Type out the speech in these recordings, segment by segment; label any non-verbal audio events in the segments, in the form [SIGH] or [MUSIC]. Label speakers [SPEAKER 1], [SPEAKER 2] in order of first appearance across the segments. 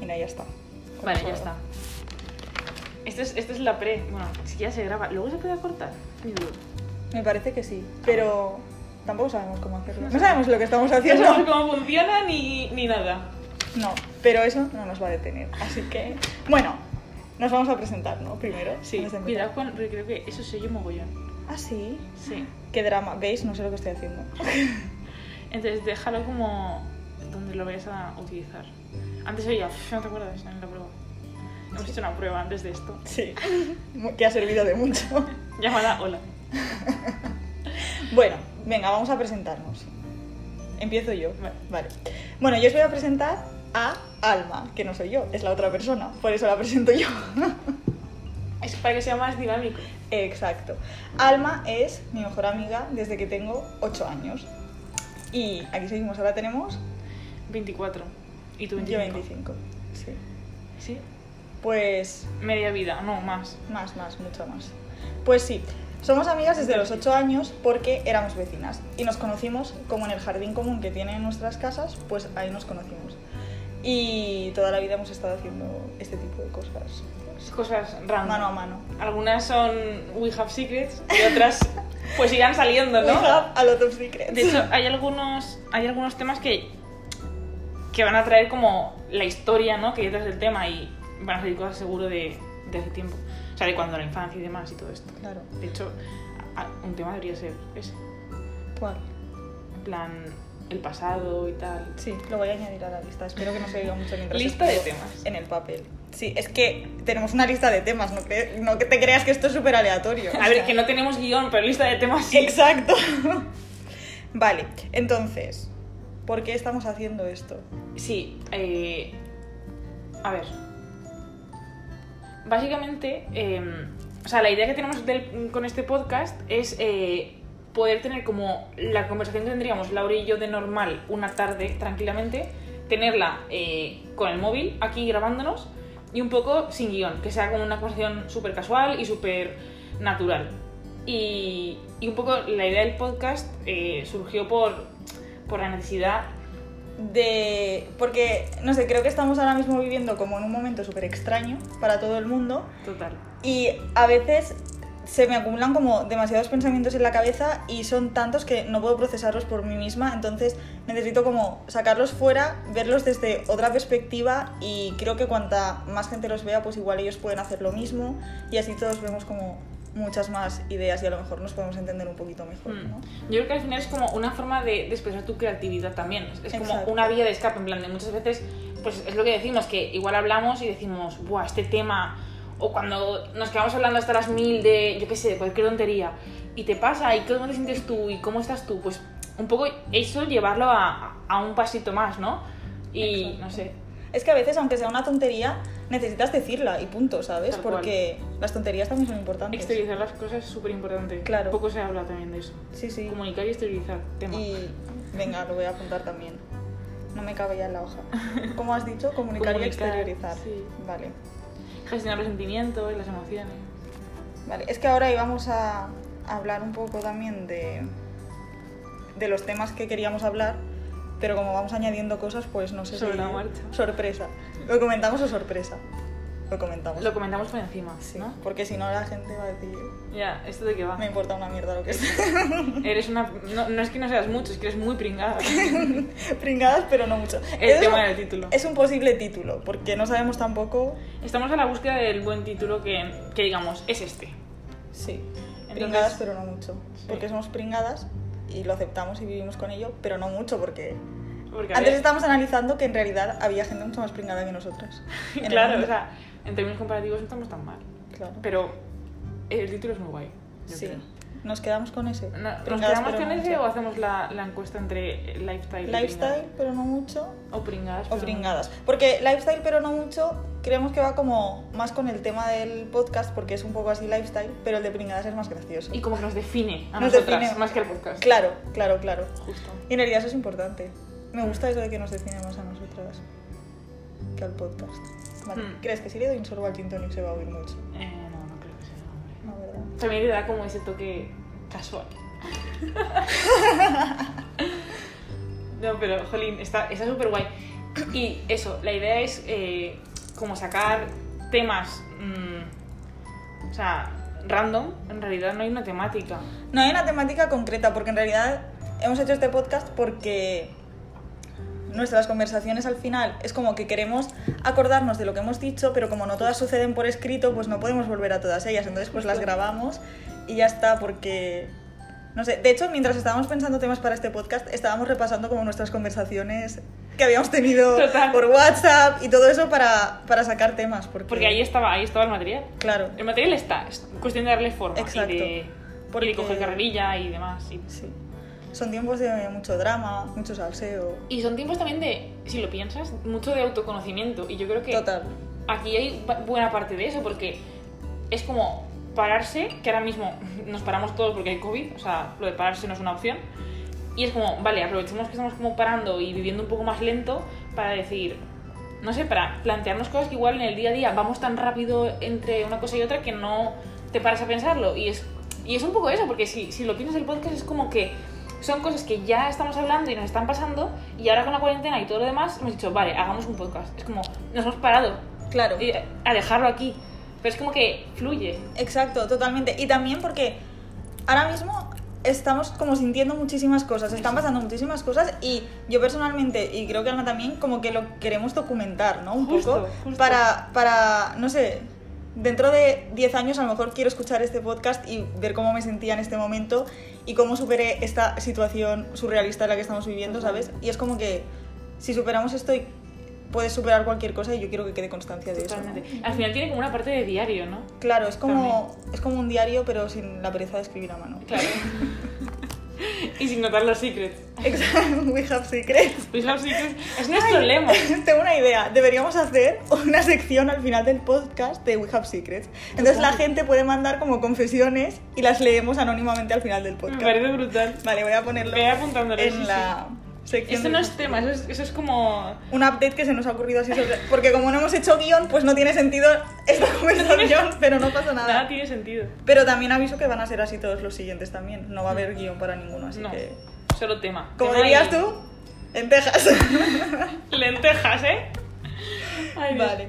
[SPEAKER 1] Mira, ya está.
[SPEAKER 2] Vale, ya está. Esta es, esta es la pre. Bueno, siquiera se graba. ¿Luego se puede cortar? Ni duda.
[SPEAKER 1] Me parece que sí, pero tampoco sabemos cómo hacerlo. No sabemos lo que estamos haciendo.
[SPEAKER 2] Ah, No sabemos cómo funciona ni, ni nada.
[SPEAKER 1] No, pero eso no nos va a detener. Así que, bueno, nos vamos a presentar, ¿no? Primero.
[SPEAKER 2] Sí,
[SPEAKER 1] antes de empezar.
[SPEAKER 2] cuidado con. porque Creo que eso se oye mogollón.
[SPEAKER 1] Ah, sí.
[SPEAKER 2] Sí.
[SPEAKER 1] Qué drama. ¿Veis? No sé lo que estoy haciendo. [LAUGHS]
[SPEAKER 2] Entonces déjalo como donde lo vayas a utilizar. Antes oía, "Uf, no te acuerdas, en la prueba. Hemos hecho una prueba antes de esto.
[SPEAKER 1] Sí. Mu- Que ha servido de mucho.
[SPEAKER 2] Llamada hola.
[SPEAKER 1] Bueno, venga, vamos a presentarnos. Empiezo yo.
[SPEAKER 2] Vale.
[SPEAKER 1] Vale. Bueno, yo os voy a presentar a Alma, que no soy yo, es la otra persona. Por eso la presento yo. [LAUGHS]
[SPEAKER 2] Es para que sea más dinámico.
[SPEAKER 1] Exacto. Alma es mi mejor amiga desde que tengo 8 años. Y aquí seguimos, ahora tenemos
[SPEAKER 2] 24. ¿Y tú 25?
[SPEAKER 1] yo 25. Sí.
[SPEAKER 2] Sí.
[SPEAKER 1] Pues
[SPEAKER 2] Media vida, no, más.
[SPEAKER 1] más, más, mucho más. Pues sí, somos amigas desde los 8 años porque éramos vecinas y nos conocimos como en el jardín común que tienen nuestras casas, pues ahí nos conocimos. Y toda la vida hemos estado haciendo este tipo de cosas.
[SPEAKER 2] Cosas random.
[SPEAKER 1] Mano a mano.
[SPEAKER 2] Algunas son We Have Secrets y otras pues sigan saliendo,
[SPEAKER 1] We
[SPEAKER 2] ¿no?
[SPEAKER 1] have a lot of secrets.
[SPEAKER 2] De hecho, hay algunos, hay algunos temas que, que van a traer como la historia, ¿no? Que hay detrás del tema y van a salir cosas seguro de, de hace tiempo. O sea, de cuando la infancia y demás y todo esto.
[SPEAKER 1] Claro.
[SPEAKER 2] De hecho, a- un tema debería ser ese.
[SPEAKER 1] ¿Cuál?
[SPEAKER 2] En plan, el pasado y tal.
[SPEAKER 1] Sí, lo voy a añadir a la lista. Espero que no se diga mucho mientras
[SPEAKER 2] Lista de
[SPEAKER 1] escribo
[SPEAKER 2] temas.
[SPEAKER 1] En el papel. Sí, es que tenemos una lista de temas, no, cre- no que te creas que esto es súper aleatorio.
[SPEAKER 2] A ver, que no tenemos guión, pero lista de temas
[SPEAKER 1] [LAUGHS]
[SPEAKER 2] sí.
[SPEAKER 1] Exacto. vale, entonces, ¿por qué estamos haciendo esto?
[SPEAKER 2] Sí, eh, a ver. Básicamente, eh, o sea, la idea que tenemos del- con este podcast es eh, poder tener como la conversación que tendríamos Laura y yo de normal una tarde tranquilamente, tenerla eh, con el móvil aquí grabándonos y un poco sin guión, que sea como una conversación súper casual y súper natural. Y, y un poco la idea del podcast eh, surgió por, por la necesidad
[SPEAKER 1] De. Porque, no sé, creo que estamos ahora mismo viviendo como en un momento súper extraño para todo el mundo.
[SPEAKER 2] total.
[SPEAKER 1] Y a veces se me acumulan como demasiados pensamientos en la cabeza y son tantos que no puedo procesarlos por mí misma, entonces necesito como sacarlos fuera, verlos desde otra perspectiva y creo que cuanta más gente los vea, pues igual ellos pueden hacer lo mismo y así todos vemos como muchas más ideas y a lo mejor nos podemos entender un poquito mejor,
[SPEAKER 2] Mm.
[SPEAKER 1] ¿no?
[SPEAKER 2] Yo creo que al final es como una forma de, de expresar tu creatividad también. Es, es como
[SPEAKER 1] Exacto.
[SPEAKER 2] una vía de escape, en plan de muchas veces, pues es lo que decimos, que igual hablamos y decimos, buah, este tema, o cuando nos quedamos hablando hasta las mil de, yo qué sé, de cualquier tontería, y te pasa, y cómo te sientes tú, y cómo estás tú, pues un poco eso llevarlo a, a un pasito más, ¿no? Y
[SPEAKER 1] Exacto.
[SPEAKER 2] no sé.
[SPEAKER 1] Es que a veces, aunque sea una tontería, necesitas decirla y punto, ¿sabes?
[SPEAKER 2] Tal cual.
[SPEAKER 1] Porque las tonterías también son importantes.
[SPEAKER 2] Exteriorizar las cosas es súper importante.
[SPEAKER 1] Claro.
[SPEAKER 2] Poco se habla también de eso.
[SPEAKER 1] Sí, sí.
[SPEAKER 2] Comunicar y exteriorizar. Tema.
[SPEAKER 1] Y venga, lo voy a apuntar también. No me cabe ya en la
[SPEAKER 2] [LAUGHS]
[SPEAKER 1] hoja. ¿Cómo has dicho? Comunicar, y
[SPEAKER 2] Comunicar,
[SPEAKER 1] exteriorizar.
[SPEAKER 2] sí.
[SPEAKER 1] Vale.
[SPEAKER 2] Gestionar los sentimientos y las emociones.
[SPEAKER 1] Vale. Es que ahora íbamos a hablar un poco también de, de los temas que queríamos hablar, pero como vamos añadiendo cosas, pues no sé
[SPEAKER 2] Sobre
[SPEAKER 1] si.
[SPEAKER 2] la marcha.
[SPEAKER 1] Sorpresa. ¿Lo comentamos o sorpresa? Lo comentamos.
[SPEAKER 2] Lo comentamos por encima,
[SPEAKER 1] Sí,
[SPEAKER 2] ¿no? Ah.
[SPEAKER 1] porque si no la gente va a decir,
[SPEAKER 2] Ya, ¿esto de qué va?
[SPEAKER 1] me importa una mierda lo que sea. [LAUGHS]
[SPEAKER 2] Eres una... No, no es que no seas mucho, es que eres
[SPEAKER 1] [LAUGHS]
[SPEAKER 2] muy pringada.
[SPEAKER 1] Pringadas, pero no mucho.
[SPEAKER 2] El
[SPEAKER 1] Es
[SPEAKER 2] tema
[SPEAKER 1] un-
[SPEAKER 2] del título.
[SPEAKER 1] Es un posible título, porque no sabemos tampoco.
[SPEAKER 2] Estamos a la búsqueda del buen título que, que digamos, es este.
[SPEAKER 1] Sí.
[SPEAKER 2] Entonces-
[SPEAKER 1] Pringadas, pero no mucho.
[SPEAKER 2] Sí.
[SPEAKER 1] Porque somos pringadas y lo aceptamos y vivimos con ello, pero no mucho porque...
[SPEAKER 2] Porque a
[SPEAKER 1] Antes
[SPEAKER 2] ver, [LAUGHS]
[SPEAKER 1] estábamos analizando que en realidad había gente mucho más pringada que nosotras. en el
[SPEAKER 2] claro,
[SPEAKER 1] mundo.
[SPEAKER 2] o sea, en términos comparativos no estamos tan mal.
[SPEAKER 1] Claro.
[SPEAKER 2] Pero el título es muy guay. yo
[SPEAKER 1] sí.
[SPEAKER 2] creo.
[SPEAKER 1] Nos quedamos con ese.
[SPEAKER 2] No, ¿Nos
[SPEAKER 1] Pringadas,
[SPEAKER 2] quedamos
[SPEAKER 1] pero
[SPEAKER 2] con
[SPEAKER 1] no
[SPEAKER 2] ese
[SPEAKER 1] mucho.
[SPEAKER 2] o hacemos la, la encuesta entre lifestyle y
[SPEAKER 1] Lifestyle, pero no mucho.
[SPEAKER 2] pringadas? O pringadas.
[SPEAKER 1] O
[SPEAKER 2] pero no.
[SPEAKER 1] pringadas. Porque lifestyle, pero no mucho, creemos que va como más con el tema del podcast, porque es un poco así lifestyle, pero el de pringadas es más gracioso.
[SPEAKER 2] Y como que nos define a
[SPEAKER 1] Nos
[SPEAKER 2] nosotras,
[SPEAKER 1] define.
[SPEAKER 2] más que el podcast.
[SPEAKER 1] Claro, claro, claro.
[SPEAKER 2] Justo.
[SPEAKER 1] Y en realidad eso es importante. Me gusta eso de que nos define más a nosotras que al podcast. Vale.
[SPEAKER 2] Hmm.
[SPEAKER 1] ¿Crees que si le doy un sorbo al gin tonic se va a oír mucho?
[SPEAKER 2] Eh, no, no creo que sea. hombre.
[SPEAKER 1] No, ¿verdad?
[SPEAKER 2] También le da como ese toque
[SPEAKER 1] [LAUGHS]
[SPEAKER 2] casual. No, pero, jolín, está súper guay. Y eso, la idea es eh, como sacar temas, mm, o sea, random, en realidad no hay una temática.
[SPEAKER 1] No hay una temática concreta, porque en realidad hemos hecho este podcast porque nuestras conversaciones al final es como que queremos acordarnos de lo que hemos dicho, pero como no todas suceden por escrito, pues no podemos volver a todas ellas. Entonces, pues las grabamos y ya está, porque. No sé, de hecho, mientras estábamos pensando temas para este podcast, estábamos repasando como nuestras conversaciones que habíamos tenido
[SPEAKER 2] Total.
[SPEAKER 1] por WhatsApp y todo eso para, para sacar temas. Porque,
[SPEAKER 2] Porque ahí estaba, ahí estaba el material.
[SPEAKER 1] Claro.
[SPEAKER 2] El material está, es cuestión de darle forma
[SPEAKER 1] Exacto.
[SPEAKER 2] y de, y
[SPEAKER 1] Porque-
[SPEAKER 2] de coger carrerilla y demás. y-
[SPEAKER 1] Sí. Son tiempos de mucho drama, mucho salseo.
[SPEAKER 2] Y son tiempos también de, si lo piensas, mucho de autoconocimiento. Y yo creo que
[SPEAKER 1] Total.
[SPEAKER 2] aquí hay ba- buena parte de eso, porque es como pararse, que ahora mismo nos paramos todos porque hay COVID, o sea, lo de pararse no es una opción. Y es como, vale, aprovechemos que estamos como parando y viviendo un poco más lento para decir, no sé, para plantearnos cosas que igual en el día a día vamos tan rápido entre una cosa y otra que no te paras a pensarlo. Y es, y es un poco eso, porque si, si lo piensas el podcast es como que son cosas que ya estamos hablando y nos están pasando y ahora con la cuarentena y todo lo demás hemos dicho, vale, hagamos un podcast. Es como, nos hemos parado
[SPEAKER 1] Claro.
[SPEAKER 2] y a dejarlo aquí. Pero es como que fluye.
[SPEAKER 1] Exacto, totalmente. Y también porque ahora mismo estamos como sintiendo muchísimas cosas, están
[SPEAKER 2] Sí.
[SPEAKER 1] pasando muchísimas cosas y yo personalmente, y creo que Alma también, como que lo queremos documentar, ¿no? Un
[SPEAKER 2] Justo,
[SPEAKER 1] poco
[SPEAKER 2] justo.
[SPEAKER 1] Para, para, no sé, dentro de 10 años a lo mejor quiero escuchar este podcast y ver cómo me sentía en este momento y cómo superé esta situación surrealista en la que estamos viviendo,
[SPEAKER 2] Total.
[SPEAKER 1] ¿sabes? Y es como que si superamos esto y puedes superar cualquier cosa y yo quiero que quede constancia de eso. ¿no?
[SPEAKER 2] Totalmente. Al final tiene como una parte de diario, ¿no?
[SPEAKER 1] Claro, es como, es como un diario, pero sin la pereza de escribir a mano. [LAUGHS]
[SPEAKER 2] Claro. y sin notar los secrets.
[SPEAKER 1] Exacto, [LAUGHS] we have secrets. [LAUGHS]
[SPEAKER 2] Pues los secrets [LAUGHS] es nuestro lema.
[SPEAKER 1] Tengo una idea, deberíamos hacer una sección al final del podcast de We Have Secrets. Entonces la gente puede mandar como confesiones y las leemos anónimamente al final del
[SPEAKER 2] Me
[SPEAKER 1] podcast.
[SPEAKER 2] parece brutal.
[SPEAKER 1] Vale, voy a ponerlo
[SPEAKER 2] Ve apuntándolo. sí, sí.
[SPEAKER 1] en la sección.
[SPEAKER 2] Eso
[SPEAKER 1] de-
[SPEAKER 2] no es tema, eso es, eso es como.
[SPEAKER 1] Un update que se nos ha ocurrido así sobre... Porque como no hemos hecho guión, pues no tiene sentido esta [LAUGHS] conversación, pero no pasa
[SPEAKER 2] Nada,
[SPEAKER 1] nada.
[SPEAKER 2] tiene sentido.
[SPEAKER 1] Pero también aviso que van a ser así todos los siguientes también. No va a haber guión para ninguno, así
[SPEAKER 2] No,
[SPEAKER 1] que...
[SPEAKER 2] solo tema.
[SPEAKER 1] Como
[SPEAKER 2] Tema
[SPEAKER 1] dirías
[SPEAKER 2] y-
[SPEAKER 1] tú, en Texas. [LAUGHS]
[SPEAKER 2] Lentejas, ¿eh? Ay, Dios.
[SPEAKER 1] vale.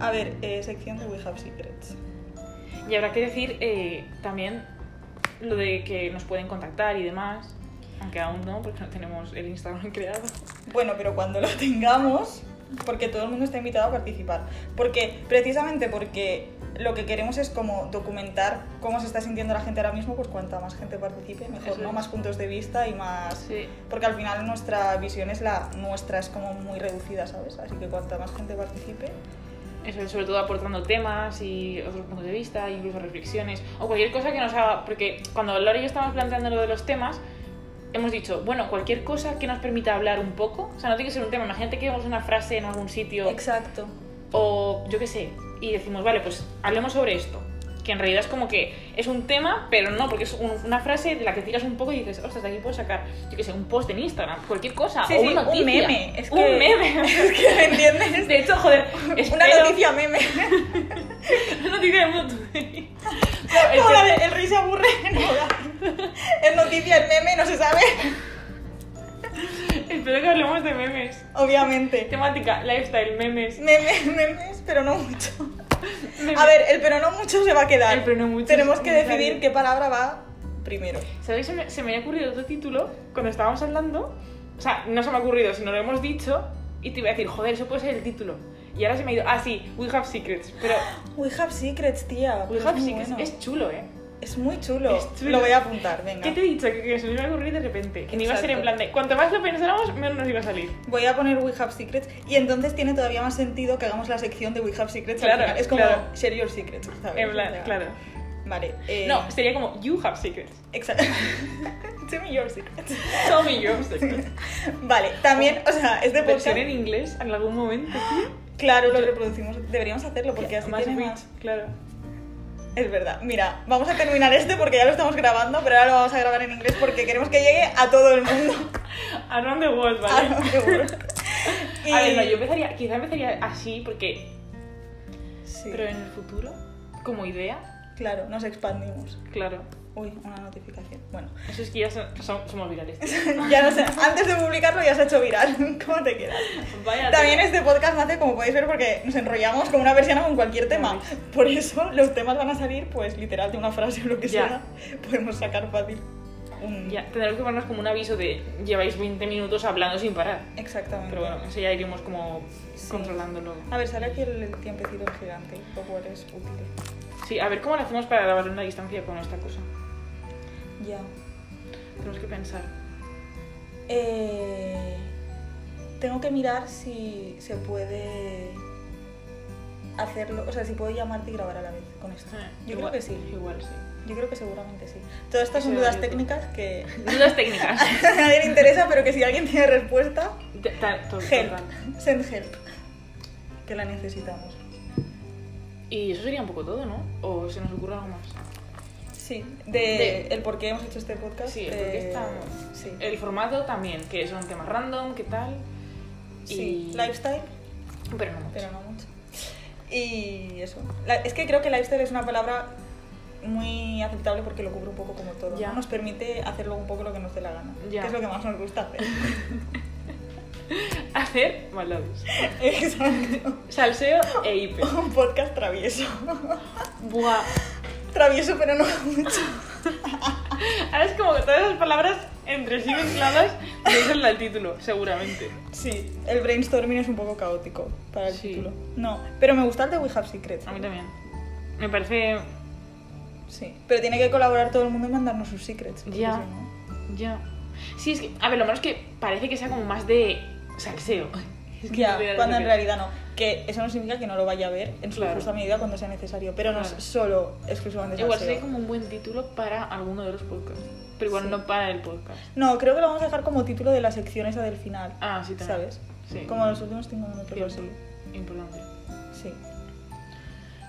[SPEAKER 1] A ver, eh, sección de We Have Secrets.
[SPEAKER 2] Y habrá que decir eh, también lo de que nos pueden contactar y demás. Aunque aún no, porque no tenemos el Instagram [LAUGHS] creado.
[SPEAKER 1] Bueno, pero cuando lo tengamos, porque todo el mundo está invitado a participar. Porque, precisamente porque lo que queremos es como documentar cómo se está sintiendo la gente ahora mismo, pues cuanta más gente participe, mejor,
[SPEAKER 2] Eso
[SPEAKER 1] ¿no?
[SPEAKER 2] es.
[SPEAKER 1] Más puntos de vista y más...
[SPEAKER 2] Sí.
[SPEAKER 1] Porque al final nuestra visión es la nuestra, es como muy reducida, ¿sabes? Así que cuanta más gente participe...
[SPEAKER 2] Eso es, sobre todo aportando temas y otros puntos de vista, incluso reflexiones, o cualquier cosa que nos haga. Porque cuando Laura y yo estábamos planteando lo de los temas, hemos dicho, bueno, cualquier cosa que nos permita hablar un poco. O sea, no tiene que ser un tema. Imagínate que vemos una frase en algún sitio.
[SPEAKER 1] Exacto.
[SPEAKER 2] o yo qué sé, y decimos, vale, pues hablemos sobre esto. Que en realidad es como que es un tema, pero no, porque es un- una frase de la que tiras un poco y dices, ostras, de aquí puedo sacar, yo qué sé, un post en Instagram, cualquier cosa,
[SPEAKER 1] Sí,
[SPEAKER 2] Ah, o
[SPEAKER 1] sí,
[SPEAKER 2] una noticia.
[SPEAKER 1] un meme. Es
[SPEAKER 2] un
[SPEAKER 1] que-
[SPEAKER 2] meme.
[SPEAKER 1] [LAUGHS] Es que, ¿me
[SPEAKER 2] [LAUGHS]
[SPEAKER 1] entiendes?
[SPEAKER 2] De hecho, joder,
[SPEAKER 1] [LAUGHS] Una
[SPEAKER 2] espero-
[SPEAKER 1] noticia meme. [LAUGHS]
[SPEAKER 2] Una noticia de [LAUGHS] mundo.
[SPEAKER 1] Como la de el rey se aburre. no, es noticia, el meme, no se sabe.
[SPEAKER 2] Espero que hablemos de memes.
[SPEAKER 1] Obviamente.
[SPEAKER 2] Temática, lifestyle, memes.
[SPEAKER 1] Memes, memes, pero no mucho.
[SPEAKER 2] memes.
[SPEAKER 1] A ver, el pero no mucho se va a quedar.
[SPEAKER 2] El pero no mucho
[SPEAKER 1] Tenemos
[SPEAKER 2] es
[SPEAKER 1] que
[SPEAKER 2] necesario.
[SPEAKER 1] decidir qué palabra va primero.
[SPEAKER 2] ¿Sabéis? Se me, se me había ocurrido otro título cuando estábamos hablando. O sea, no se me ha ocurrido, sino lo hemos dicho. Y te iba a decir, joder, eso puede ser el título. Y ahora se me ha ido, ah, sí, We Have Secrets. Pero
[SPEAKER 1] We have secrets, tía.
[SPEAKER 2] We
[SPEAKER 1] pero
[SPEAKER 2] Have
[SPEAKER 1] es muy
[SPEAKER 2] Secrets
[SPEAKER 1] Ah, pues bueno.
[SPEAKER 2] es chulo, ¿eh?
[SPEAKER 1] Es muy chulo.
[SPEAKER 2] es chulo.
[SPEAKER 1] Lo voy a apuntar, venga.
[SPEAKER 2] ¿Qué te he dicho? Que, que se me iba a ocurrir de repente. Que no iba a ser en
[SPEAKER 1] Exacto.
[SPEAKER 2] plan de, cuanto más lo pensáramos, menos nos iba a salir.
[SPEAKER 1] Voy a poner We Have Secrets y entonces tiene todavía más sentido que hagamos la sección de We Have Secrets. al
[SPEAKER 2] Claro,
[SPEAKER 1] final. Es como
[SPEAKER 2] claro.
[SPEAKER 1] Share Your Secrets, ¿sabes?
[SPEAKER 2] En
[SPEAKER 1] O
[SPEAKER 2] plan,
[SPEAKER 1] sea,
[SPEAKER 2] claro.
[SPEAKER 1] Vale. eh,
[SPEAKER 2] No, sería como You Have Secrets.
[SPEAKER 1] [LAUGHS] Exacto. [LAUGHS] Tell me your secrets.
[SPEAKER 2] Tell me your
[SPEAKER 1] [LAUGHS]
[SPEAKER 2] secrets.
[SPEAKER 1] Vale,
[SPEAKER 2] Oh,
[SPEAKER 1] también, o sea, este podcast.
[SPEAKER 2] Versión en inglés en algún momento.
[SPEAKER 1] Claro, lo reproducimos. Deberíamos hacerlo Ah, porque así
[SPEAKER 2] más
[SPEAKER 1] tiene
[SPEAKER 2] rich,
[SPEAKER 1] más.
[SPEAKER 2] claro.
[SPEAKER 1] Es verdad. Mira, vamos a terminar este porque ya lo estamos grabando, pero ahora lo vamos a grabar en inglés porque queremos que llegue a todo el mundo.
[SPEAKER 2] Around the world,
[SPEAKER 1] Ah, [LAUGHS]
[SPEAKER 2] [LAUGHS] ¿vale?
[SPEAKER 1] no, seguro. Y-
[SPEAKER 2] [LAUGHS] A ver, no, yo empezaría, quizá empezaría así porque
[SPEAKER 1] Sí,
[SPEAKER 2] Pero en el futuro, como idea,
[SPEAKER 1] Claro, nos expandimos.
[SPEAKER 2] Claro.
[SPEAKER 1] Uy, una notificación. Bueno, [LAUGHS]
[SPEAKER 2] Eso es que ya so- so- somos virales.
[SPEAKER 1] ya no sé, antes de publicarlo ya se ha hecho viral. [LAUGHS] ¿Cómo te quedas?
[SPEAKER 2] Vaya
[SPEAKER 1] También
[SPEAKER 2] tema.
[SPEAKER 1] este podcast nace, como podéis ver, porque nos enrollamos como una persiana con cualquier tema. Por eso los temas van a salir, pues literal, de una frase o lo que
[SPEAKER 2] Ya.
[SPEAKER 1] sea. Podemos sacar fácil un.
[SPEAKER 2] Ya, tendremos que ponernos como un aviso de lleváis 20 minutos hablando sin parar.
[SPEAKER 1] Exactamente.
[SPEAKER 2] Pero bueno, eso ya iremos como
[SPEAKER 1] Sí.
[SPEAKER 2] controlándolo.
[SPEAKER 1] A ver, sale aquí el tiempecito gigante, lo cual es útil.
[SPEAKER 2] Sí, a ver cómo lo hacemos para grabar una distancia con esta cosa.
[SPEAKER 1] Ya.
[SPEAKER 2] Tenemos que pensar.
[SPEAKER 1] Eh, tengo que mirar si se puede hacerlo, o sea, si puedo llamarte y grabar a la vez con esto. Yo
[SPEAKER 2] Ah, Igual-
[SPEAKER 1] creo que sí.
[SPEAKER 2] Igual sí.
[SPEAKER 1] Yo creo que seguramente sí. Todas estas son
[SPEAKER 2] Sí,
[SPEAKER 1] dudas
[SPEAKER 2] yo creo.
[SPEAKER 1] técnicas que
[SPEAKER 2] Dudas técnicas.
[SPEAKER 1] a [LAUGHS] nadie le interesa, pero que si alguien tiene respuesta,
[SPEAKER 2] Ta- ta- to-
[SPEAKER 1] help,
[SPEAKER 2] total.
[SPEAKER 1] send help, que la necesitamos.
[SPEAKER 2] Y eso sería un poco todo, ¿no? ¿O se nos ocurre algo más?
[SPEAKER 1] Sí, de,
[SPEAKER 2] De-
[SPEAKER 1] el por qué hemos hecho este podcast.
[SPEAKER 2] Sí, el por qué estamos.
[SPEAKER 1] Sí,
[SPEAKER 2] El formato también, que son temas random, ¿qué tal?
[SPEAKER 1] sí.
[SPEAKER 2] y-
[SPEAKER 1] lifestyle,
[SPEAKER 2] Pero no mucho.
[SPEAKER 1] pero no mucho. Y eso. La- es que creo que lifestyle es una palabra muy aceptable porque lo cubre un poco como todo.
[SPEAKER 2] Ya.
[SPEAKER 1] ¿no? Nos permite hacerlo un poco lo que nos dé la gana,
[SPEAKER 2] Ya.
[SPEAKER 1] que es lo que más nos gusta hacer. [LAUGHS]
[SPEAKER 2] Hacer maldades.
[SPEAKER 1] Exacto.
[SPEAKER 2] Salseo e IP.
[SPEAKER 1] Un podcast travieso.
[SPEAKER 2] [LAUGHS] Buah.
[SPEAKER 1] Travieso, pero no mucho.
[SPEAKER 2] Ahora es como que todas esas palabras entre sí mezcladas de eso es el título, seguramente.
[SPEAKER 1] Sí, el brainstorming es un poco caótico para el
[SPEAKER 2] Sí.
[SPEAKER 1] título. No, pero me gusta el de We Have Secrets.
[SPEAKER 2] A mí también. Me parece.
[SPEAKER 1] Sí, pero tiene que colaborar todo el mundo y mandarnos sus secrets. porque
[SPEAKER 2] Ya.
[SPEAKER 1] si no-
[SPEAKER 2] Ya. Sí, es que. A ver, lo malo es que parece que sea como más de salseo. Es que
[SPEAKER 1] Ya,
[SPEAKER 2] no sé
[SPEAKER 1] cuando
[SPEAKER 2] lo
[SPEAKER 1] en
[SPEAKER 2] que-
[SPEAKER 1] realidad no. Que eso no significa que no lo vaya a ver en su
[SPEAKER 2] Claro.
[SPEAKER 1] justa medida cuando sea necesario. Pero no
[SPEAKER 2] Claro.
[SPEAKER 1] es solo exclusivamente
[SPEAKER 2] Igual
[SPEAKER 1] salseo.
[SPEAKER 2] sería como un buen título para alguno de los podcasts. Pero igual
[SPEAKER 1] Sí.
[SPEAKER 2] no para el podcast.
[SPEAKER 1] No, creo que lo vamos a dejar como título de la sección esa del final.
[SPEAKER 2] Ah, sí, también.
[SPEAKER 1] ¿Sabes?
[SPEAKER 2] Sí.
[SPEAKER 1] Como los últimos cinco minutos o así.
[SPEAKER 2] Cierto. Importante.
[SPEAKER 1] Sí.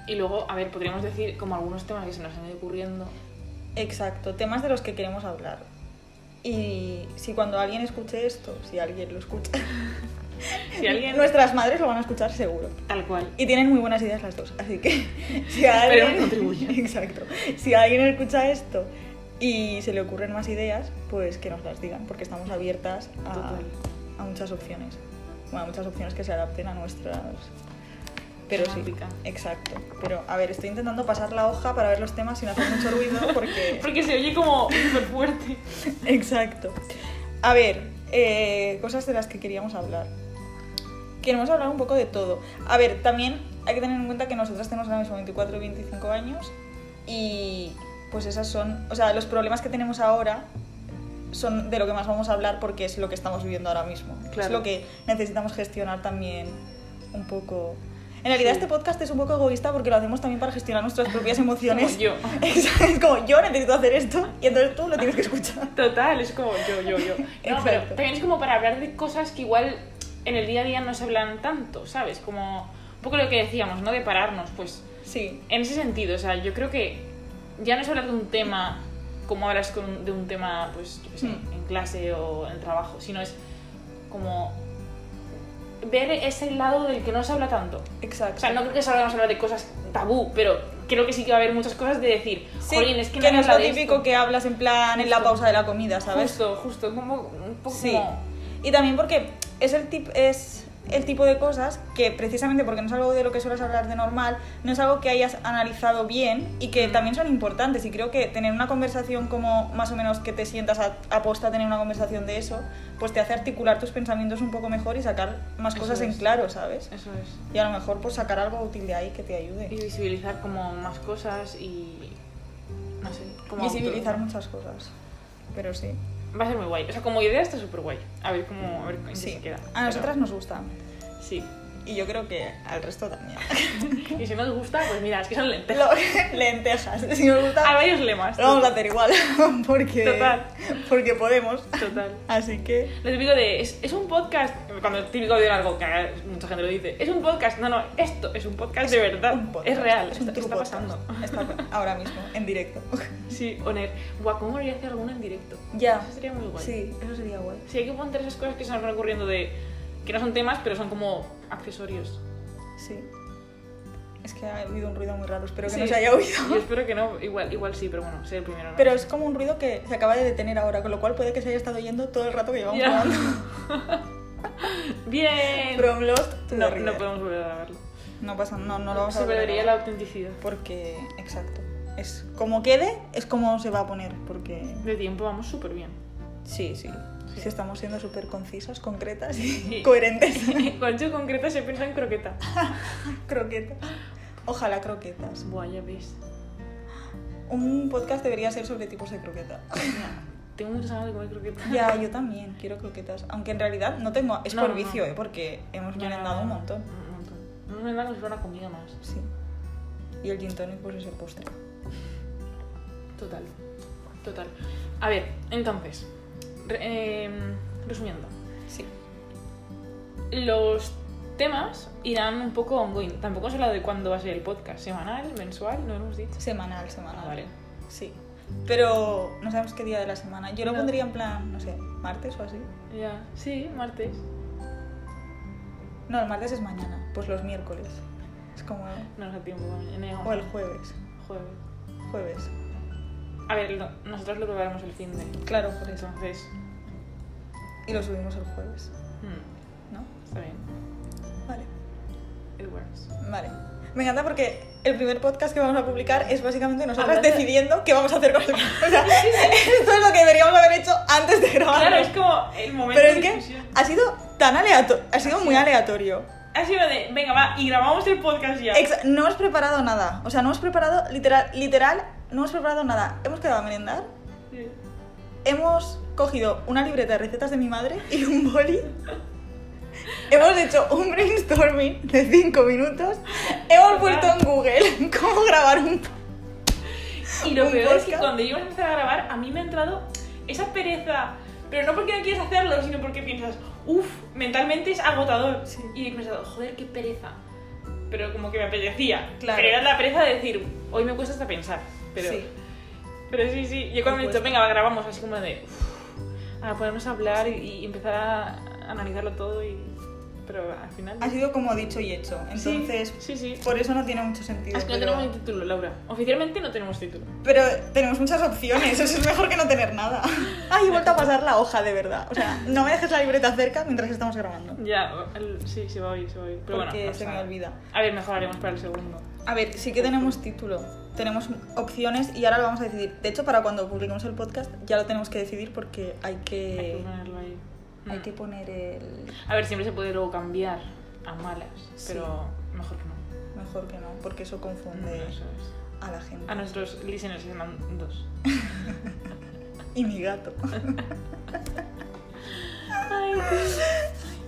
[SPEAKER 2] Y luego, a ver, podríamos decir como algunos temas que se nos han ido ocurriendo.
[SPEAKER 1] Exacto, temas de los que queremos hablar. Y si cuando alguien escuche esto, si alguien lo escucha,
[SPEAKER 2] Si alguien.
[SPEAKER 1] nuestras madres lo van a escuchar seguro.
[SPEAKER 2] Tal cual.
[SPEAKER 1] Y tienen muy buenas ideas las dos, así que [LAUGHS] si
[SPEAKER 2] Esperemos
[SPEAKER 1] alguien
[SPEAKER 2] que
[SPEAKER 1] [LAUGHS]
[SPEAKER 2] contribuya.
[SPEAKER 1] Exacto. Si alguien escucha esto y se le ocurren más ideas, pues que nos las digan, porque estamos abiertas a,
[SPEAKER 2] Total.
[SPEAKER 1] a muchas opciones. Bueno, a muchas opciones que se adapten a nuestras. Pero sí,
[SPEAKER 2] Temática.
[SPEAKER 1] exacto. Pero a ver, estoy intentando pasar la hoja para ver los temas sin hacer mucho ruido,
[SPEAKER 2] [LAUGHS]
[SPEAKER 1] porque.
[SPEAKER 2] Porque se oye como súper
[SPEAKER 1] [LAUGHS]
[SPEAKER 2] fuerte.
[SPEAKER 1] Exacto. A ver, eh, cosas de las que queríamos hablar. Queremos hablar un poco de todo. A ver, también hay que tener en cuenta que nosotras tenemos ahora mismo 24 y 25 años y pues esas son, o sea, los problemas que tenemos ahora son de lo que más vamos a hablar porque es lo que estamos viviendo ahora mismo. Es
[SPEAKER 2] Claro.
[SPEAKER 1] lo que necesitamos gestionar también un poco. En realidad
[SPEAKER 2] Sí.
[SPEAKER 1] este podcast es un poco egoísta porque lo hacemos también para gestionar nuestras propias emociones.
[SPEAKER 2] [LAUGHS] Como yo.
[SPEAKER 1] [LAUGHS] es como yo necesito hacer esto y entonces tú lo tienes que escuchar.
[SPEAKER 2] Total, es como yo, yo, yo. No, pero
[SPEAKER 1] Exacto.
[SPEAKER 2] también es como para hablar de cosas que igual en el día a día no se hablan tanto, ¿sabes? Como un poco lo que decíamos, ¿no? De pararnos, pues
[SPEAKER 1] Sí,
[SPEAKER 2] en ese sentido, o sea, yo creo que ya no es hablar de un tema como hablas con- de un tema, pues, yo qué sé,
[SPEAKER 1] Mm.
[SPEAKER 2] en clase o en el trabajo, sino es como ver ese lado del que no se habla tanto.
[SPEAKER 1] exacto.
[SPEAKER 2] O sea, no creo que solo vamos a hablar de cosas tabú, pero creo que sí que va a haber muchas cosas de decir,
[SPEAKER 1] Sí,
[SPEAKER 2] "Jolín, es que,
[SPEAKER 1] que,
[SPEAKER 2] nadie
[SPEAKER 1] no es
[SPEAKER 2] habla
[SPEAKER 1] lo
[SPEAKER 2] de esto".
[SPEAKER 1] típico que hablas en plan en la
[SPEAKER 2] Justo.
[SPEAKER 1] pausa de la comida, ¿sabes?
[SPEAKER 2] Justo, justo, como un poco
[SPEAKER 1] Sí.
[SPEAKER 2] como-
[SPEAKER 1] Y también porque es el, tip, es el tipo de cosas que precisamente porque no es algo de lo que sueles hablar de normal, no es algo que hayas analizado bien y que también son importantes. Y creo que tener una conversación como más o menos que te sientas a, aposta a tener una conversación de eso, pues te hace articular tus pensamientos un poco mejor y sacar más
[SPEAKER 2] Eso
[SPEAKER 1] cosas en
[SPEAKER 2] es.
[SPEAKER 1] claro, ¿sabes?
[SPEAKER 2] Eso es.
[SPEAKER 1] Y a lo mejor pues sacar algo útil de ahí que te ayude.
[SPEAKER 2] Y visibilizar como más cosas y... No sé. Como
[SPEAKER 1] visibilizar
[SPEAKER 2] auto-
[SPEAKER 1] muchas cosas. Pero sí.
[SPEAKER 2] Va a ser muy guay. O sea, como idea está súper guay. A ver cómo... A ver en qué
[SPEAKER 1] sí.
[SPEAKER 2] se queda.
[SPEAKER 1] A
[SPEAKER 2] Pero-
[SPEAKER 1] nosotras nos gusta.
[SPEAKER 2] Sí.
[SPEAKER 1] Y yo creo que al resto [LAUGHS] también.
[SPEAKER 2] Y si no os gusta, pues mira, es que son lentejas.
[SPEAKER 1] Lo- lentejas. [LAUGHS] Si nos
[SPEAKER 2] Hay
[SPEAKER 1] gusta,
[SPEAKER 2] varios lemas.
[SPEAKER 1] lo vamos a hacer igual. [LAUGHS] Porque,
[SPEAKER 2] Total.
[SPEAKER 1] porque podemos.
[SPEAKER 2] Total.
[SPEAKER 1] Así que.
[SPEAKER 2] Lo típico de... Es, es un podcast... Cuando el típico de algo que haga- mucha gente lo dice. Es un podcast. No, no. Esto es un podcast de verdad.
[SPEAKER 1] un podcast.
[SPEAKER 2] Es real.
[SPEAKER 1] Es un
[SPEAKER 2] está,
[SPEAKER 1] true
[SPEAKER 2] está
[SPEAKER 1] podcast.
[SPEAKER 2] pasando. [LAUGHS]
[SPEAKER 1] Está ahora mismo, en directo.
[SPEAKER 2] Sí, Oner. Buah, ¿cómo voy a hacer alguno en directo?
[SPEAKER 1] Ya.
[SPEAKER 2] Eso sería muy guay.
[SPEAKER 1] Sí, eso sería guay.
[SPEAKER 2] Sí, hay que poner esas cosas que se nos van
[SPEAKER 1] [LAUGHS]
[SPEAKER 2] ocurriendo de... Que no son temas, pero son como accesorios.
[SPEAKER 1] Sí. Es que ha habido un ruido muy raro, espero que
[SPEAKER 2] Sí.
[SPEAKER 1] no se haya
[SPEAKER 2] Yo
[SPEAKER 1] oído.
[SPEAKER 2] espero que no, igual, igual sí, pero bueno, ser el primero. ¿no?
[SPEAKER 1] Pero es como un ruido que se acaba de detener ahora, con lo cual puede que se haya estado oyendo todo el rato que llevamos
[SPEAKER 2] Ya.
[SPEAKER 1] jugando.
[SPEAKER 2] [LAUGHS] Bien.
[SPEAKER 1] From Lost to
[SPEAKER 2] no,
[SPEAKER 1] the
[SPEAKER 2] no
[SPEAKER 1] River.
[SPEAKER 2] podemos volver a verlo.
[SPEAKER 1] No pasa, no, no lo vamos
[SPEAKER 2] Se
[SPEAKER 1] a ver.
[SPEAKER 2] perdería la autenticidad.
[SPEAKER 1] Porque, exacto. Es como quede, es como se va a poner. Porque
[SPEAKER 2] De tiempo vamos súper bien.
[SPEAKER 1] sí, sí. Si estamos siendo súper concisas, concretas y [LAUGHS]
[SPEAKER 2] Sí.
[SPEAKER 1] coherentes.
[SPEAKER 2] Concho concreta se piensa en croqueta.
[SPEAKER 1] croquetas. Ojalá croquetas.
[SPEAKER 2] Buah, ya ves.
[SPEAKER 1] Un podcast debería ser sobre tipos de croquetas.
[SPEAKER 2] [LAUGHS] Tengo muchas ganas de comer croqueta. [LAUGHS]
[SPEAKER 1] ya, yo también quiero croquetas. Aunque en realidad no tengo. Es
[SPEAKER 2] No,
[SPEAKER 1] por
[SPEAKER 2] no,
[SPEAKER 1] vicio,
[SPEAKER 2] no.
[SPEAKER 1] ¿eh? Porque hemos merendado un montón.
[SPEAKER 2] Un montón. No me da como si fuera una comida más.
[SPEAKER 1] Sí. Y el gin tonic, pues es el postre.
[SPEAKER 2] Total. Total. A ver, entonces. re- em, resumiendo.
[SPEAKER 1] Sí.
[SPEAKER 2] Los temas irán un poco ongoing. Tampoco os he hablado de cuándo va a ser el podcast. ¿Semanal? ¿Mensual? No lo hemos dicho.
[SPEAKER 1] Semanal, semanal.
[SPEAKER 2] Ah, vale.
[SPEAKER 1] Sí. Pero no sabemos qué día de la semana. Yo lo
[SPEAKER 2] No.
[SPEAKER 1] pondría en plan, no sé, martes o así.
[SPEAKER 2] Ya. Sí, martes.
[SPEAKER 1] No, el martes es mañana, pues los miércoles. Es como.
[SPEAKER 2] No nos da tiempo. En
[SPEAKER 1] O el jueves.
[SPEAKER 2] jueves.
[SPEAKER 1] Jueves.
[SPEAKER 2] A ver, lo- nosotros lo preparamos el fin de.
[SPEAKER 1] Claro, por eso.
[SPEAKER 2] Entonces.
[SPEAKER 1] Y lo subimos el jueves,
[SPEAKER 2] hmm,
[SPEAKER 1] ¿no?
[SPEAKER 2] está bien.
[SPEAKER 1] Vale.
[SPEAKER 2] It
[SPEAKER 1] [LAUGHS]
[SPEAKER 2] works.
[SPEAKER 1] Vale. Me encanta porque el primer podcast que vamos a publicar es básicamente nosotras
[SPEAKER 2] Hablando-
[SPEAKER 1] decidiendo qué vamos a
[SPEAKER 2] [LAUGHS]
[SPEAKER 1] hacer con el O sea, [LAUGHS] esto es lo que deberíamos haber hecho antes de grabar.
[SPEAKER 2] Claro, es como el
[SPEAKER 1] [LAUGHS]
[SPEAKER 2] momento
[SPEAKER 1] Pero es
[SPEAKER 2] de
[SPEAKER 1] que
[SPEAKER 2] discusión.
[SPEAKER 1] ha sido tan aleatorio. Ha sido muy aleatorio.
[SPEAKER 2] Ha sido de, venga, va, y grabamos el podcast ya.
[SPEAKER 1] Ex- no hemos preparado nada. O sea, no hemos preparado, literal, literal, no hemos preparado nada. Hemos quedado a merendar,
[SPEAKER 2] Sí.
[SPEAKER 1] hemos cogido una libreta de recetas de mi madre y un boli. Hemos hecho un brainstorming de 5 minutos. Hemos puesto en Google [LAUGHS] cómo grabar un... po-
[SPEAKER 2] Y lo
[SPEAKER 1] Un
[SPEAKER 2] peor es que
[SPEAKER 1] podcast.
[SPEAKER 2] cuando yo empecé a grabar, a mí me ha entrado esa pereza. Pero no porque no quieras hacerlo, sino porque piensas, uff, mentalmente es agotador.
[SPEAKER 1] Sí.
[SPEAKER 2] Y he pensado, joder, qué pereza. Pero como que me apetecía.
[SPEAKER 1] Claro.
[SPEAKER 2] Pero era la pereza de decir, hoy me cuesta hasta pensar. Pero
[SPEAKER 1] Sí.
[SPEAKER 2] Pero sí, sí, yo cuando me he dicho,
[SPEAKER 1] Propuesta.
[SPEAKER 2] venga, va, grabamos, así como de. uf, a ponernos a hablar y, y empezar a analizarlo todo y. Pero al final.
[SPEAKER 1] Ha sido como dicho y hecho.
[SPEAKER 2] Sí,
[SPEAKER 1] Entonces,
[SPEAKER 2] Sí, sí.
[SPEAKER 1] por eso no tiene mucho sentido.
[SPEAKER 2] Es que no
[SPEAKER 1] pero...
[SPEAKER 2] tenemos ni título, Laura. Oficialmente no tenemos título.
[SPEAKER 1] pero tenemos muchas opciones. Eso es mejor que no tener nada. Ay, he vuelto a pasar la hoja, de verdad. O sea, no me dejes la libreta cerca mientras estamos grabando.
[SPEAKER 2] Ya, el- sí, se va a oír, se va a oír. Pero
[SPEAKER 1] porque
[SPEAKER 2] bueno, no
[SPEAKER 1] se
[SPEAKER 2] pasa
[SPEAKER 1] me
[SPEAKER 2] nada.
[SPEAKER 1] olvida.
[SPEAKER 2] A ver, mejoraremos para el segundo.
[SPEAKER 1] A ver, sí que tenemos título, tenemos opciones y ahora lo vamos a decidir. De hecho, para cuando publiquemos el podcast ya lo tenemos que decidir porque hay
[SPEAKER 2] Hay que
[SPEAKER 1] que,
[SPEAKER 2] ponerlo ahí.
[SPEAKER 1] Eh, hay
[SPEAKER 2] Mm.
[SPEAKER 1] que poner el...
[SPEAKER 2] A ver, siempre se puede luego cambiar a malas,
[SPEAKER 1] Sí.
[SPEAKER 2] pero mejor que no.
[SPEAKER 1] Mejor que no, porque eso
[SPEAKER 2] No,
[SPEAKER 1] confunde
[SPEAKER 2] Mm, eso es.
[SPEAKER 1] a la
[SPEAKER 2] A
[SPEAKER 1] gente.
[SPEAKER 2] nuestros listeners que serán dos.
[SPEAKER 1] Y mi gato. [LAUGHS]
[SPEAKER 2] Ay,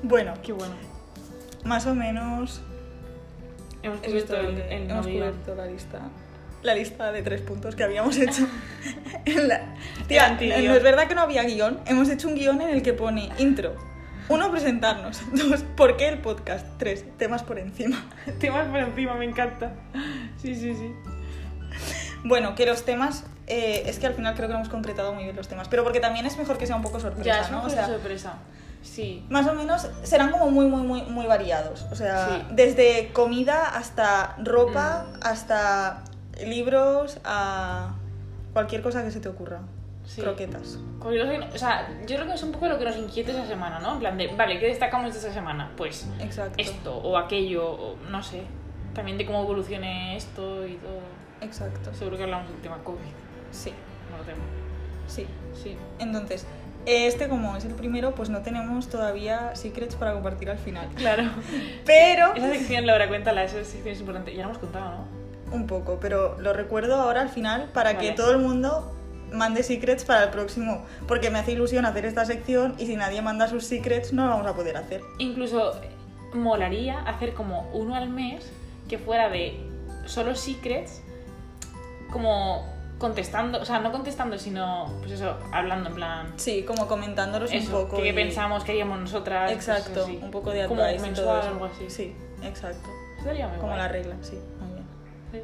[SPEAKER 1] Bueno,
[SPEAKER 2] qué bueno.
[SPEAKER 1] más o menos
[SPEAKER 2] Hemos
[SPEAKER 1] eso es
[SPEAKER 2] cubierto
[SPEAKER 1] todo lo
[SPEAKER 2] el,
[SPEAKER 1] que
[SPEAKER 2] el
[SPEAKER 1] hemos
[SPEAKER 2] navío.
[SPEAKER 1] cubierto la lista. La lista de tres puntos que habíamos hecho. En la-
[SPEAKER 2] El
[SPEAKER 1] Tía,
[SPEAKER 2] antiguión.
[SPEAKER 1] no es verdad que no había guión. Hemos hecho un guión en el que pone intro. Uno, presentarnos. [LAUGHS] Dos, ¿por qué el podcast? Tres, temas por encima.
[SPEAKER 2] Temas por encima, me encanta. Sí, sí, sí.
[SPEAKER 1] Bueno, que los temas, eh, es que al final creo que lo hemos concretado muy bien los temas, pero porque también es mejor que sea un poco sorpresa,
[SPEAKER 2] Ya, es
[SPEAKER 1] ¿no?
[SPEAKER 2] una
[SPEAKER 1] O sea,
[SPEAKER 2] sorpresa. Sí.
[SPEAKER 1] más o menos serán como muy, muy, muy, muy variados. O sea,
[SPEAKER 2] Sí. Mm.
[SPEAKER 1] desde comida hasta ropa, hasta libros, a cualquier cosa que se te ocurra.
[SPEAKER 2] Sí.
[SPEAKER 1] Croquetas.
[SPEAKER 2] Curioso, O sea, yo creo que es un poco lo que nos inquieta esa semana, ¿no? En plan de, vale, ¿qué destacamos de esta semana? Pues
[SPEAKER 1] Exacto.
[SPEAKER 2] esto o aquello, o no sé. También de cómo evolucione esto y todo.
[SPEAKER 1] Exacto.
[SPEAKER 2] Seguro que hablamos del tema COVID.
[SPEAKER 1] Sí,
[SPEAKER 2] No lo tengo.
[SPEAKER 1] sí.
[SPEAKER 2] Sí.
[SPEAKER 1] Entonces, este como es el primero, pues no tenemos todavía secrets para compartir al final. [LAUGHS]
[SPEAKER 2] Claro.
[SPEAKER 1] Pero...
[SPEAKER 2] Esa sección, Laura, cuéntala, esa sección es importante. Ya la hemos contado, ¿no?
[SPEAKER 1] Un poco, pero lo recuerdo ahora al final para
[SPEAKER 2] Vale.
[SPEAKER 1] que todo el mundo mande secrets para el próximo, porque me hace ilusión hacer esta sección y si nadie manda sus secrets no lo vamos a poder hacer.
[SPEAKER 2] Incluso eh, molaría hacer como uno al mes que fuera de solo secrets, como contestando, o sea, no contestando, sino pues eso, hablando en plan.
[SPEAKER 1] Sí, como comentándolos
[SPEAKER 2] Eso,
[SPEAKER 1] Pues un poco.
[SPEAKER 2] que
[SPEAKER 1] y-
[SPEAKER 2] pensamos, que haríamos nosotras.
[SPEAKER 1] Exacto,
[SPEAKER 2] cosas así.
[SPEAKER 1] un poco de
[SPEAKER 2] Como
[SPEAKER 1] advice y todo
[SPEAKER 2] mensual,
[SPEAKER 1] eso.
[SPEAKER 2] algo así.
[SPEAKER 1] Sí, exacto.
[SPEAKER 2] Estaría muy
[SPEAKER 1] Como
[SPEAKER 2] guay.
[SPEAKER 1] la regla, sí, muy bien.
[SPEAKER 2] Sí.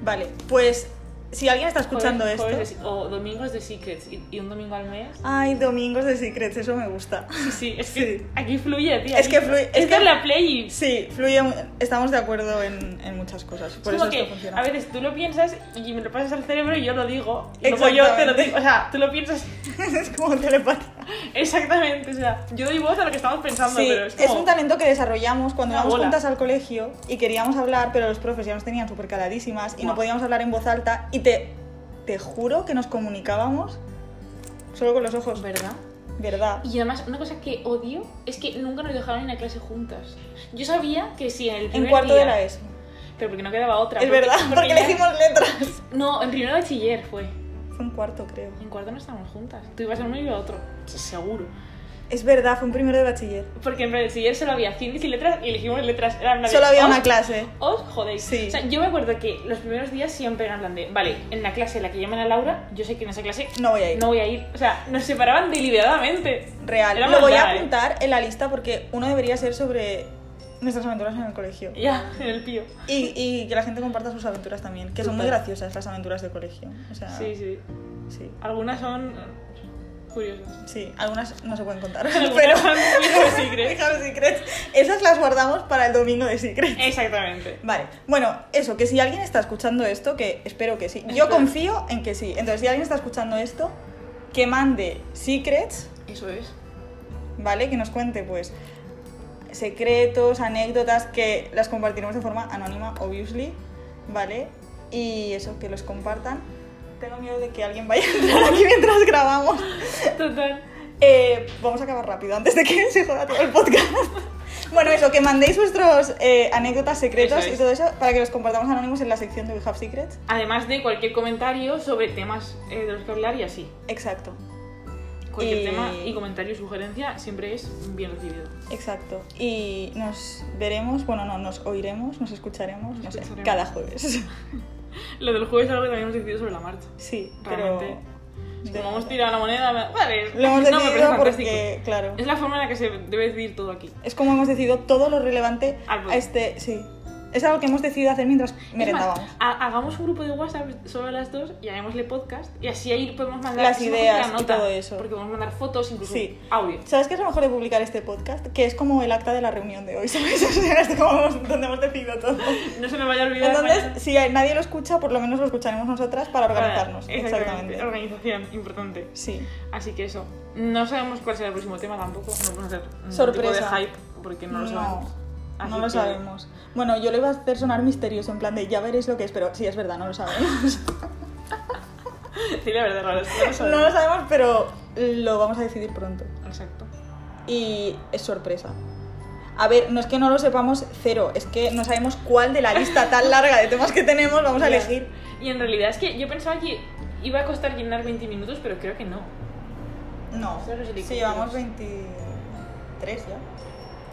[SPEAKER 1] Vale, pues si alguien está escuchando
[SPEAKER 2] Jueves-
[SPEAKER 1] esto...
[SPEAKER 2] jueves de- o domingos de Secrets y, y un domingo al
[SPEAKER 1] [LAUGHS]
[SPEAKER 2] mes.
[SPEAKER 1] Ay, domingos de Secrets, eso me gusta.
[SPEAKER 2] Sí, sí, es que
[SPEAKER 1] Sí.
[SPEAKER 2] aquí fluye, tía.
[SPEAKER 1] Es
[SPEAKER 2] aquí-
[SPEAKER 1] que fluye- es
[SPEAKER 2] Esta
[SPEAKER 1] que-
[SPEAKER 2] es la play.
[SPEAKER 1] Sí, fluye, mu- estamos de acuerdo en, en muchas cosas. Por
[SPEAKER 2] es
[SPEAKER 1] eso
[SPEAKER 2] como
[SPEAKER 1] esto
[SPEAKER 2] que
[SPEAKER 1] funciona.
[SPEAKER 2] a veces tú lo piensas y me lo pasas al cerebro y yo lo digo. Y luego yo te lo
[SPEAKER 1] Exactamente.
[SPEAKER 2] digo. O sea, tú lo piensas
[SPEAKER 1] [LAUGHS]
[SPEAKER 2] [LAUGHS]
[SPEAKER 1] es como telepatía.
[SPEAKER 2] exactamente. O sea, yo doy voz a lo que estamos pensando,
[SPEAKER 1] Sí,
[SPEAKER 2] pero es
[SPEAKER 1] es,
[SPEAKER 2] como.
[SPEAKER 1] un talento que desarrollamos cuando
[SPEAKER 2] Una
[SPEAKER 1] íbamos
[SPEAKER 2] bola.
[SPEAKER 1] juntas al colegio y queríamos hablar, pero los profes ya nos tenían súper caladísimas y no
[SPEAKER 2] Buah.
[SPEAKER 1] podíamos hablar en voz alta. Y te, te juro que nos comunicábamos solo con los ojos.
[SPEAKER 2] ¿Verdad?
[SPEAKER 1] ¿Verdad?
[SPEAKER 2] Y además, una cosa que odio es que nunca nos dejaron en la clase juntas. Yo sabía que si en el primer
[SPEAKER 1] En cuarto
[SPEAKER 2] día,
[SPEAKER 1] de la ESO.
[SPEAKER 2] Pero porque no quedaba otra.
[SPEAKER 1] Es verdad, porque le
[SPEAKER 2] ya-
[SPEAKER 1] hicimos letras.
[SPEAKER 2] No, en primero de bachiller fue.
[SPEAKER 1] Fue en cuarto, creo.
[SPEAKER 2] En cuarto no estábamos juntas. Tú ibas a uno y yo a otro. Seguro.
[SPEAKER 1] Es verdad, fue un primero de bachiller.
[SPEAKER 2] Porque en bachiller solo había ciencias y letras y elegimos letras. Era en plan de,
[SPEAKER 1] Solo había
[SPEAKER 2] "Os-
[SPEAKER 1] una clase.
[SPEAKER 2] Os jodéis.
[SPEAKER 1] Sí.
[SPEAKER 2] O sea, yo me acuerdo que los primeros días siempre eran en plan de, vale, en la clase en la que llaman a Laura, yo sé que en esa clase
[SPEAKER 1] No voy a ir.
[SPEAKER 2] no voy a ir. O sea, nos separaban deliberadamente.
[SPEAKER 1] Real.
[SPEAKER 2] Era
[SPEAKER 1] Lo voy a
[SPEAKER 2] maldad, ¿eh?
[SPEAKER 1] apuntar en la lista porque uno debería ser sobre nuestras aventuras en el colegio.
[SPEAKER 2] Ya, en el pío.
[SPEAKER 1] Y, y que la gente comparta sus aventuras también, que son muy
[SPEAKER 2] Total.
[SPEAKER 1] graciosas las aventuras de colegio. O sea,
[SPEAKER 2] Sí, sí.
[SPEAKER 1] sí.
[SPEAKER 2] Algunas son eh, curiosas.
[SPEAKER 1] Sí, algunas no se pueden contar. pero [LAUGHS]
[SPEAKER 2] [LAUGHS] Algunas son muy secret.
[SPEAKER 1] Fijaos, Secrets. Esas las guardamos para el domingo de Secrets.
[SPEAKER 2] Exactamente.
[SPEAKER 1] Vale, bueno, eso, que si alguien está escuchando esto, que espero que sí. Yo
[SPEAKER 2] Espero.
[SPEAKER 1] confío en que sí. Entonces, si alguien está escuchando esto, que mande Secrets,
[SPEAKER 2] Eso es.
[SPEAKER 1] ¿vale? Que nos cuente, pues, secretos, anécdotas, que las compartiremos de forma anónima, obviously, ¿vale? Y eso, que los compartan. Tengo miedo de que alguien vaya a entrar aquí mientras grabamos.
[SPEAKER 2] Total.
[SPEAKER 1] Eh, vamos a acabar rápido antes de que se joda todo el podcast. Bueno, eso, que mandéis vuestros eh, anécdotas secretas
[SPEAKER 2] Eso es.
[SPEAKER 1] y todo eso para que los compartamos anónimos en la sección de We Have Secrets.
[SPEAKER 2] Además de cualquier comentario sobre temas eh, de los que hablar y así.
[SPEAKER 1] Exacto,
[SPEAKER 2] Cualquier
[SPEAKER 1] Y-
[SPEAKER 2] tema y comentario y sugerencia siempre es bien recibido.
[SPEAKER 1] exacto. Y nos veremos, bueno, no, nos oiremos, nos escucharemos,
[SPEAKER 2] Nos
[SPEAKER 1] no sé,
[SPEAKER 2] escucharemos.
[SPEAKER 1] cada jueves.
[SPEAKER 2] Lo del juego es algo que también hemos decidido sobre la marcha.
[SPEAKER 1] Sí,
[SPEAKER 2] Realmente.
[SPEAKER 1] pero...
[SPEAKER 2] Como hemos tirado la moneda, me- vale,
[SPEAKER 1] Lo hemos
[SPEAKER 2] no, me parece
[SPEAKER 1] decidido
[SPEAKER 2] fantástico.
[SPEAKER 1] porque, claro,
[SPEAKER 2] Es la forma en la que se debe decidir todo aquí.
[SPEAKER 1] es como hemos decidido todo lo relevante
[SPEAKER 2] Al
[SPEAKER 1] a este... Sí, es algo que hemos decidido hacer mientras
[SPEAKER 2] Es más,
[SPEAKER 1] merendábamos.
[SPEAKER 2] ha- hagamos un grupo de WhatsApp solo las dos y hagámosle podcast y así ahí podemos mandar
[SPEAKER 1] Las
[SPEAKER 2] si no,
[SPEAKER 1] ideas
[SPEAKER 2] la
[SPEAKER 1] y todo eso.
[SPEAKER 2] Porque podemos mandar fotos, incluso
[SPEAKER 1] Sí.
[SPEAKER 2] audio.
[SPEAKER 1] ¿Sabes qué es lo mejor de publicar este podcast? Que es como el acta de la reunión de hoy, [LAUGHS] ¿sabes? O sea, es como hemos- donde hemos decidido todo.
[SPEAKER 2] No se me vaya a olvidar. mañana.
[SPEAKER 1] Entonces, si nadie lo escucha, por lo menos lo escucharemos nosotras para organizarnos.
[SPEAKER 2] Vale,
[SPEAKER 1] Exactamente.
[SPEAKER 2] Organización, importante.
[SPEAKER 1] Sí.
[SPEAKER 2] Así que eso. No sabemos cuál será el próximo tema tampoco. No podemos hacer un
[SPEAKER 1] Sorpresa.
[SPEAKER 2] tipo de hype porque no lo sabemos. Así
[SPEAKER 1] no lo
[SPEAKER 2] que- [LAUGHS]
[SPEAKER 1] sabemos. Bueno, yo lo iba a hacer sonar misterioso, en plan de ya veréis lo que es, pero sí, es verdad, no lo sabemos.
[SPEAKER 2] Sí, la verdad, Laura, no
[SPEAKER 1] [LAUGHS]
[SPEAKER 2] lo
[SPEAKER 1] no lo
[SPEAKER 2] sabemos.
[SPEAKER 1] sabemos, pero lo vamos a decidir pronto.
[SPEAKER 2] Exacto.
[SPEAKER 1] Y es sorpresa. A ver, no es que no lo sepamos cero, es que no sabemos cuál de la lista
[SPEAKER 2] [LAUGHS]
[SPEAKER 1] tan larga de temas que tenemos vamos a
[SPEAKER 2] Ya.
[SPEAKER 1] elegir.
[SPEAKER 2] Y en realidad es que yo pensaba que iba a costar llenar 20 minutos, pero creo que no.
[SPEAKER 1] No,
[SPEAKER 2] Son los
[SPEAKER 1] si
[SPEAKER 2] helicópteros.
[SPEAKER 1] llevamos 23 ya.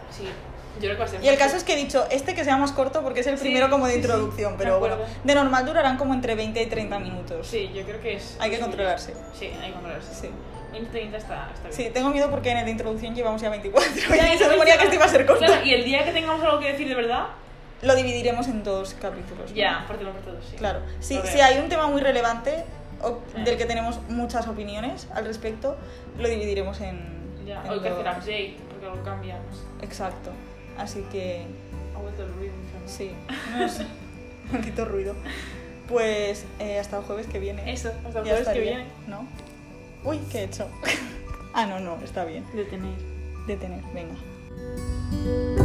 [SPEAKER 2] Sí, yo creo que va a ser
[SPEAKER 1] Y el
[SPEAKER 2] más-
[SPEAKER 1] caso es que he dicho este que sea más corto porque es el
[SPEAKER 2] Sí,
[SPEAKER 1] primero como de
[SPEAKER 2] sí, sí,
[SPEAKER 1] introducción,
[SPEAKER 2] de
[SPEAKER 1] pero bueno,
[SPEAKER 2] acuerdo.
[SPEAKER 1] de normal durarán como entre 20 y 30 minutos.
[SPEAKER 2] Sí, yo creo que es...
[SPEAKER 1] Hay que controlarse.
[SPEAKER 2] Sí, hay que controlarse.
[SPEAKER 1] Sí.
[SPEAKER 2] 20, 30 está, está
[SPEAKER 1] Sí,
[SPEAKER 2] bien.
[SPEAKER 1] tengo miedo porque en el de introducción llevamos ya 24
[SPEAKER 2] Ya,
[SPEAKER 1] y
[SPEAKER 2] eso
[SPEAKER 1] se suponía que este iba a ser corto.
[SPEAKER 2] Claro, y el día que tengamos algo que decir de verdad,
[SPEAKER 1] Lo dividiremos en dos capítulos. ¿no?
[SPEAKER 2] ya, por por todos, sí.
[SPEAKER 1] Claro. Sí,
[SPEAKER 2] Lo veo.
[SPEAKER 1] si hay un tema muy relevante o-
[SPEAKER 2] Sí.
[SPEAKER 1] del que tenemos muchas opiniones al respecto, lo dividiremos en.
[SPEAKER 2] Ya,
[SPEAKER 1] en
[SPEAKER 2] o hay que
[SPEAKER 1] dos.
[SPEAKER 2] hacer update, porque algo cambia, no sé.
[SPEAKER 1] Exacto. Así que
[SPEAKER 2] Ha vuelto el ruido infernal. [LAUGHS]
[SPEAKER 1] Sí, no sé. Un poquito ruido. Pues eh, hasta el jueves que viene.
[SPEAKER 2] Eso, hasta el
[SPEAKER 1] Ya
[SPEAKER 2] jueves que
[SPEAKER 1] estaría,
[SPEAKER 2] viene.
[SPEAKER 1] ¿No? Uy, ¿qué he [LAUGHS] hecho? ah, no, no, está bien.
[SPEAKER 2] Detener.
[SPEAKER 1] Detener, venga.
[SPEAKER 3] Thank